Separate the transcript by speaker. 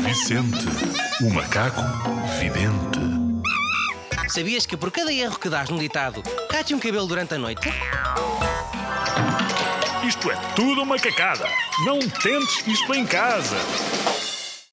Speaker 1: Vicente, o macaco vidente.
Speaker 2: Sabias que por cada erro que dás num ditado, cate um cabelo durante a noite?
Speaker 3: Isto é tudo uma cacada. Não tentes isto em casa.